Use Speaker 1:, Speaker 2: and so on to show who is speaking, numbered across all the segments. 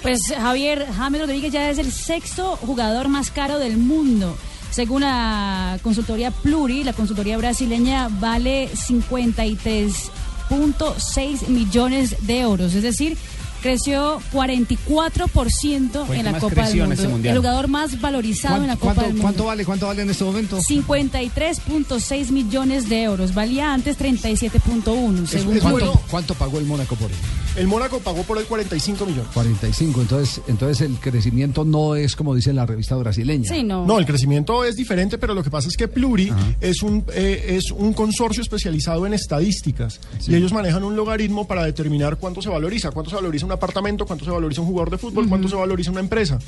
Speaker 1: Pues Javier James Rodríguez ya es el sexto jugador más caro del mundo. Según la consultoría Pluri, la consultoría brasileña vale 53.6 millones de euros, es decir, creció 44%
Speaker 2: Fue el
Speaker 1: en
Speaker 2: que
Speaker 1: la
Speaker 2: más
Speaker 1: Copa del
Speaker 2: creció en
Speaker 1: Mundo.
Speaker 2: este mundial.
Speaker 1: El jugador más valorizado en la Copa
Speaker 2: ¿Cuánto,
Speaker 1: del Mundo.
Speaker 2: cuánto vale? ¿Cuánto vale en este momento?
Speaker 1: 53.6 millones de euros. Valía antes 37.1,
Speaker 2: Es-
Speaker 1: según
Speaker 2: es- ¿cuánto,
Speaker 1: Pluri.
Speaker 2: cuánto pagó el Mónaco por él?
Speaker 3: El Mónaco pagó por él 45 millones.
Speaker 2: 45. Entonces, entonces el crecimiento no es como dice la revista brasileña.
Speaker 1: Sí, no.
Speaker 3: No, el crecimiento es diferente, pero lo que pasa es que Pluri es un, eh, es un consorcio especializado en estadísticas y ellos manejan un logaritmo para determinar cuánto se valoriza, cuánto se valoriza un apartamento, cuánto se valoriza un jugador de fútbol, cuánto se valoriza una empresa.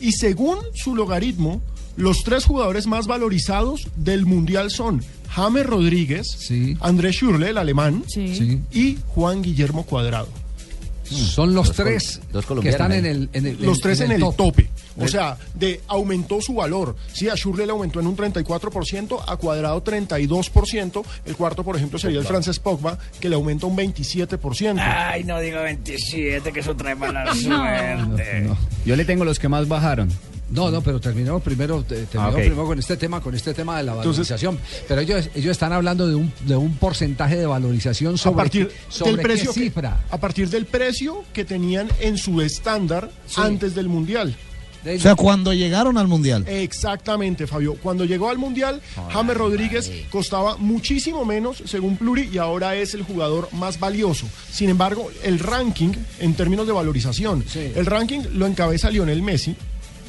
Speaker 3: Y según su logaritmo, los tres jugadores más valorizados del Mundial son James Rodríguez,
Speaker 2: Sí.
Speaker 3: Andrés Schürrle, el alemán,
Speaker 1: Sí.
Speaker 2: Sí.
Speaker 3: y Juan Guillermo Cuadrado.
Speaker 2: Son los
Speaker 4: Dos col-
Speaker 2: tres
Speaker 4: dos
Speaker 2: que
Speaker 4: colombianos,
Speaker 2: están
Speaker 4: ¿eh?
Speaker 2: en el, en el-
Speaker 3: los tres en el,
Speaker 2: top.
Speaker 3: tope. O sea, de aumentó su valor. Sí, a Schürrle le aumentó en un 34%, a Cuadrado 32%. El cuarto, por ejemplo, sería el francés Pogba, que le aumenta un 27%.
Speaker 2: Ah,
Speaker 5: Ay, no digo 27, que eso trae mala suerte.
Speaker 6: Yo le tengo los que más bajaron.
Speaker 2: No, no, pero terminamos primero, te- terminamos
Speaker 4: Ah,
Speaker 6: ok.
Speaker 2: primero con este tema, con este tema de la
Speaker 3: Entonces-
Speaker 2: valorización. pero ellos, ellos están hablando de un, de un porcentaje de valorización
Speaker 3: a
Speaker 2: sobre,
Speaker 3: partir
Speaker 2: sobre
Speaker 3: del
Speaker 2: qué
Speaker 3: precio que-
Speaker 2: cifra.
Speaker 3: a partir del precio que tenían en su estándar antes del mundial.
Speaker 2: De-
Speaker 7: O sea, cuando llegaron al mundial.
Speaker 3: Exactamente, Fabio. Cuando llegó al Mundial, James Rodríguez costaba muchísimo menos, según Pluri, y ahora es el jugador más valioso. Sin embargo, el ranking, en términos de valorización,
Speaker 2: Sí.
Speaker 3: el ranking lo encabeza Lionel Messi,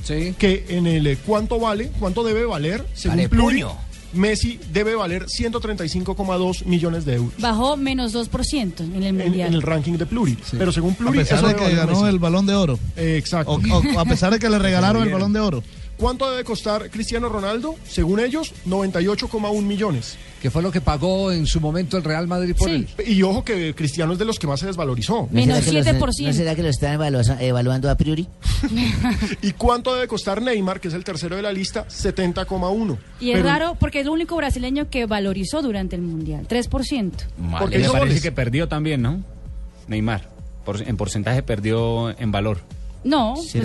Speaker 2: sí.
Speaker 3: que en el eh, cuánto vale, cuánto debe valer, según
Speaker 5: Vale,
Speaker 3: Pluri,
Speaker 5: puño.
Speaker 3: Messi debe valer 135,2 millones de euros.
Speaker 1: Bajó menos 2% en el
Speaker 3: En,
Speaker 1: mundial.
Speaker 3: en el ranking de Pluri. Pero según
Speaker 7: A
Speaker 3: Pluri,
Speaker 7: pesar
Speaker 3: eso
Speaker 7: de
Speaker 3: debe
Speaker 7: que
Speaker 3: valer
Speaker 7: ganó
Speaker 3: Messi.
Speaker 7: el balón de oro.
Speaker 3: Eh, Exacto.
Speaker 7: O, o a pesar de que le regalaron el balón de oro.
Speaker 3: ¿Cuánto debe costar Cristiano Ronaldo? Según ellos, 98,1 millones.
Speaker 2: que fue lo que pagó en su momento el Real Madrid por
Speaker 1: Sí.
Speaker 2: él.
Speaker 3: Y ojo que Cristiano es de los que más se desvalorizó.
Speaker 1: Me- Menos
Speaker 8: será que los-
Speaker 1: 7%.
Speaker 8: ¿No será que lo están evalu- evaluando a priori?
Speaker 3: ¿Y cuánto debe costar Neymar, que es el tercero de la lista? 70,1.
Speaker 1: Y es
Speaker 3: Pero-
Speaker 1: raro porque es el único brasileño que valorizó durante el mundial, 3%.
Speaker 3: Porque
Speaker 6: Me
Speaker 3: hizo
Speaker 6: parece
Speaker 3: goles.
Speaker 6: que perdió también, ¿no? Neymar. Por- en porcentaje perdió en valor.
Speaker 1: No, pues si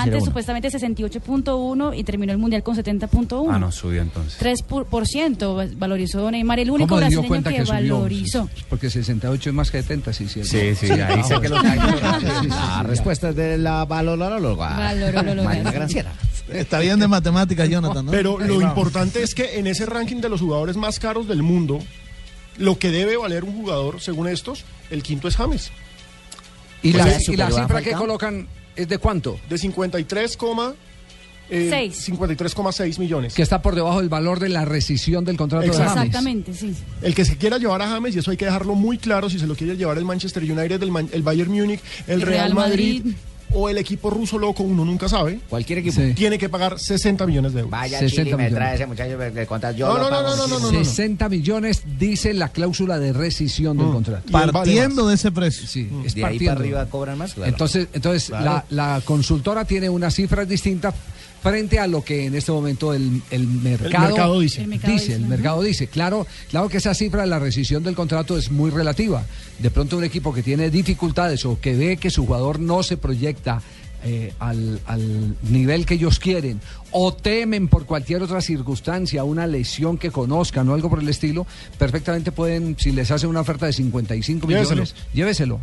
Speaker 8: 0,001.
Speaker 1: antes supuestamente 68.1 y terminó el mundial con 70.1.
Speaker 6: Ah, no, subió entonces.
Speaker 1: 3% valorizó Neymar, el único
Speaker 2: ¿Cómo dio
Speaker 1: brasileño
Speaker 2: cuenta
Speaker 1: que,
Speaker 2: que, subió?
Speaker 1: valorizó.
Speaker 2: Porque 68 es más que 70, sí, sí.
Speaker 6: Sí, sí, ahí sé que los
Speaker 4: Ah, respuestas de la
Speaker 8: Ah,
Speaker 4: valoróloga.
Speaker 1: Valoróloga.
Speaker 4: Marina Granciera.
Speaker 7: Está bien de matemáticas, Jonathan. ¿no?
Speaker 3: Pero lo importante es que en ese ranking de los jugadores más caros del mundo, lo que debe valer un jugador, según estos, el quinto es James,
Speaker 2: ¿Y la,
Speaker 8: Pues eso,
Speaker 2: y la
Speaker 8: pero va
Speaker 2: cifra que
Speaker 8: Falcao.
Speaker 2: colocan es de cuánto?
Speaker 3: de 53, eh,
Speaker 1: Seis.
Speaker 3: 53,6 millones.
Speaker 2: Que está por debajo del valor de la rescisión del contrato de James.
Speaker 1: Exactamente, sí.
Speaker 3: El que se quiera llevar a James, y eso hay que dejarlo muy claro, si se lo quiere llevar el Manchester United, el, Man- el Bayern Múnich, el
Speaker 1: El
Speaker 3: Real
Speaker 1: Real
Speaker 3: Madrid,
Speaker 1: Madrid.
Speaker 3: o el equipo ruso loco, uno nunca sabe,
Speaker 4: Cualquier equipo.
Speaker 2: Sí.
Speaker 3: tiene que pagar 60 millones de euros.
Speaker 4: Vaya
Speaker 2: 60
Speaker 4: Chile, me
Speaker 2: millones.
Speaker 4: trae ese muchacho que- que contas yo.
Speaker 3: No,
Speaker 4: lo
Speaker 3: no, no,
Speaker 4: pago.
Speaker 3: no, no, no, no.
Speaker 2: 60 millones dice la cláusula de rescisión del contrato.
Speaker 3: Y él vale
Speaker 7: Partiendo de ese precio.
Speaker 2: Sí,
Speaker 3: Mm.
Speaker 2: es
Speaker 4: De ahí
Speaker 2: partiendo.
Speaker 4: para arriba cobran más. claro.
Speaker 2: Entonces, entonces
Speaker 4: Claro.
Speaker 2: la, la consultora tiene unas cifras distintas frente a lo que en este momento el, el mercado,
Speaker 3: mercado dice.
Speaker 1: El mercado
Speaker 2: dice,
Speaker 1: dice,
Speaker 2: el
Speaker 1: ajá.
Speaker 2: mercado dice. Claro, claro que esa cifra de la rescisión del contrato es muy relativa. De pronto un equipo que tiene dificultades o que ve que su jugador no se proyecta eh, al, al nivel que ellos quieren o temen por cualquier otra circunstancia, una lesión que conozcan o algo por el estilo, perfectamente pueden, si les hacen una oferta de 55 millones,
Speaker 3: Lléveselo.
Speaker 2: lléveselo.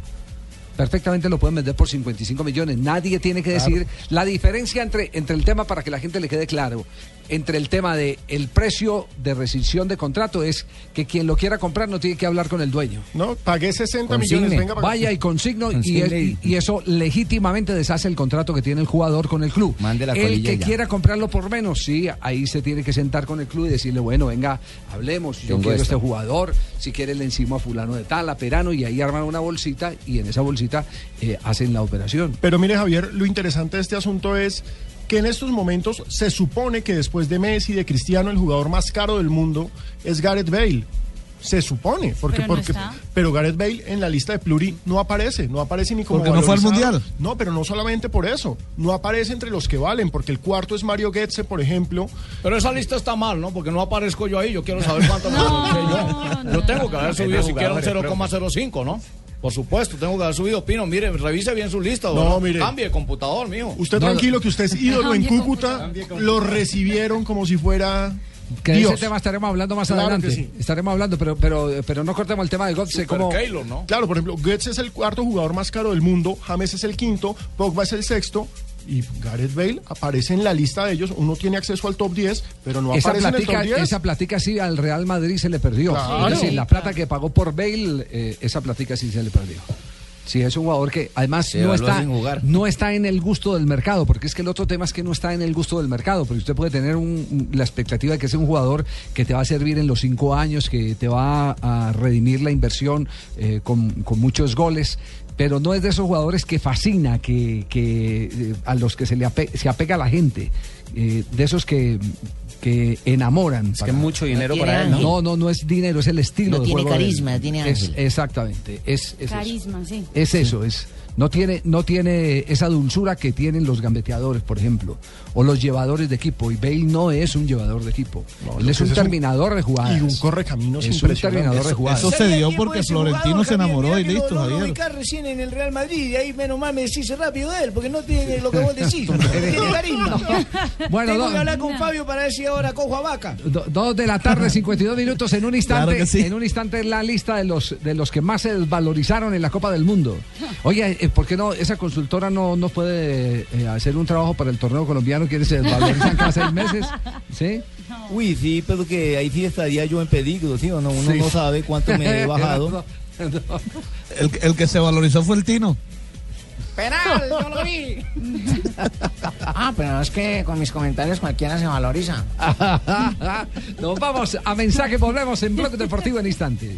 Speaker 2: Perfectamente lo pueden vender por 55 millones. Nadie tiene que decir la diferencia entre, entre el tema, para que la gente le quede claro, entre el tema de el precio de rescisión de contrato es que quien lo quiera comprar no tiene que hablar con el dueño.
Speaker 3: No, pagué 60
Speaker 4: Consigne.
Speaker 3: millones, venga para
Speaker 2: Vaya y consigno y,
Speaker 4: Consigne
Speaker 2: es- y- y eso legítimamente deshace el contrato que tiene el jugador con el club.
Speaker 4: Mande la
Speaker 2: el
Speaker 4: colilla
Speaker 2: que
Speaker 4: ya.
Speaker 2: quiera comprarlo por menos, sí, ahí se tiene que sentar con el club y decirle, bueno, venga, hablemos, yo
Speaker 4: Tengo
Speaker 2: quiero este
Speaker 4: esto.
Speaker 2: jugador, si quiere le encima a fulano de tal, a Perano, y ahí arman una bolsita y en esa bolsita necesita, eh, hacen la operación.
Speaker 3: Pero mire, Javier, lo interesante de este asunto es que en estos momentos se supone que después de Messi, de Cristiano, el jugador más caro del mundo es Gareth Bale. Se supone, porque
Speaker 9: Pero no
Speaker 3: porque
Speaker 9: está.
Speaker 3: pero Gareth Bale en la lista de Pluri no aparece, no aparece ni como
Speaker 7: Porque no fue al
Speaker 3: valorizado.
Speaker 7: Mundial.
Speaker 3: No, pero no solamente por eso, no aparece entre los que valen, porque el cuarto es Mario Goetze, por ejemplo.
Speaker 10: Pero esa lista está mal, ¿no? Porque no aparezco yo ahí, yo quiero saber cuánto me coloqué yo. Yo tengo que haber
Speaker 3: Ese
Speaker 10: subido siquiera un
Speaker 3: jugador es
Speaker 10: 0,05, ¿no? Por supuesto, tengo que haber subido. Pino, mire, revise bien su lista.
Speaker 3: No,
Speaker 10: don.
Speaker 3: mire.
Speaker 10: Cambie de computador, mijo.
Speaker 3: Usted tranquilo que usted es ídolo en Cúcuta, lo recibieron como si fuera
Speaker 2: Que de
Speaker 3: Dios.
Speaker 2: ese tema estaremos hablando más
Speaker 3: Claro que
Speaker 2: adelante.
Speaker 3: sí.
Speaker 2: Estaremos hablando, pero, pero, pero no cortemos el tema de Gotze. como
Speaker 3: Claro, por ejemplo, Goetz es el cuarto jugador más caro del mundo, James es el quinto, Pogba es el sexto. Y Gareth Bale aparece en la lista de ellos. Uno tiene acceso al top 10, pero no
Speaker 2: esa
Speaker 3: aparece
Speaker 2: platica,
Speaker 3: en el top 10.
Speaker 2: esa platica sí al Real Madrid se le perdió.
Speaker 3: Claro.
Speaker 2: Es decir, la plata que pagó por Bale, eh, esa platica sí se le perdió. Sí, es un jugador que además
Speaker 4: Se
Speaker 2: no
Speaker 4: evaluó
Speaker 2: está,
Speaker 4: sin jugar.
Speaker 2: no está en el gusto del mercado, porque es que el otro tema es que no está en el gusto del mercado, porque usted puede tener un- la expectativa de que sea un jugador que te va a servir en los cinco años, que te va a redimir la inversión eh, con, con muchos goles, pero no es de esos jugadores que fascina, que, que, eh, a los que se le ape- se apega la gente, eh, de esos que, que enamoran. Es
Speaker 6: que mucho dinero Tiene para él, ¿no? ángel.
Speaker 2: No, no, no es dinero, es el estilo
Speaker 8: No
Speaker 2: de
Speaker 8: tiene
Speaker 2: juego de él.
Speaker 8: carisma, tiene
Speaker 2: Es-
Speaker 8: ángel.
Speaker 2: Exactamente, es, es eso.
Speaker 1: Carisma, sí.
Speaker 2: Es eso, es. No tiene, no tiene esa dulzura que tienen los gambeteadores, por ejemplo, o los llevadores de equipo. Y Bale no es un llevador de equipo. Él
Speaker 3: lo
Speaker 2: es
Speaker 3: que
Speaker 2: un
Speaker 3: es es un-
Speaker 2: terminador de jugadas.
Speaker 3: y un correcaminos
Speaker 2: Es un
Speaker 3: impresionante.
Speaker 2: terminador de
Speaker 3: Eso-
Speaker 2: jugadas.
Speaker 7: eso se dio porque Florentino se enamoró y
Speaker 11: Mira que
Speaker 7: listo,
Speaker 11: lo, lo, lo
Speaker 7: Javier.
Speaker 11: ubicás recién en el Real Madrid y ahí menos mal me decís rápido de él, porque no tiene lo que vos decís. tiene carisma.
Speaker 2: Bueno,
Speaker 11: Tengo
Speaker 2: no-
Speaker 11: que hablar con Fabio para ver si ahora cojo a vaca.
Speaker 2: Do- dos de la tarde, 52 minutos. En un instante,
Speaker 7: Claro que sí.
Speaker 2: en un instante la lista de los de los que más se desvalorizaron en la Copa del Mundo. Oye, eh, ¿por qué no? Esa consultora no, no puede eh, hacer un trabajo para el torneo colombiano. ¿Quiénes se desvalorizan cada seis meses? ¿Sí?
Speaker 12: Uy, sí, pero que ahí sí estaría yo en peligro, ¿sí o no? Uno
Speaker 7: Sí.
Speaker 12: no sabe cuánto me he bajado.
Speaker 7: El, el que se valorizó fue el Tino.
Speaker 11: Penal, yo lo vi.
Speaker 13: Ah, pero es que con mis comentarios cualquiera se valoriza.
Speaker 2: Nos vamos a mensaje. Volvemos en Bloque Deportivo en instantes.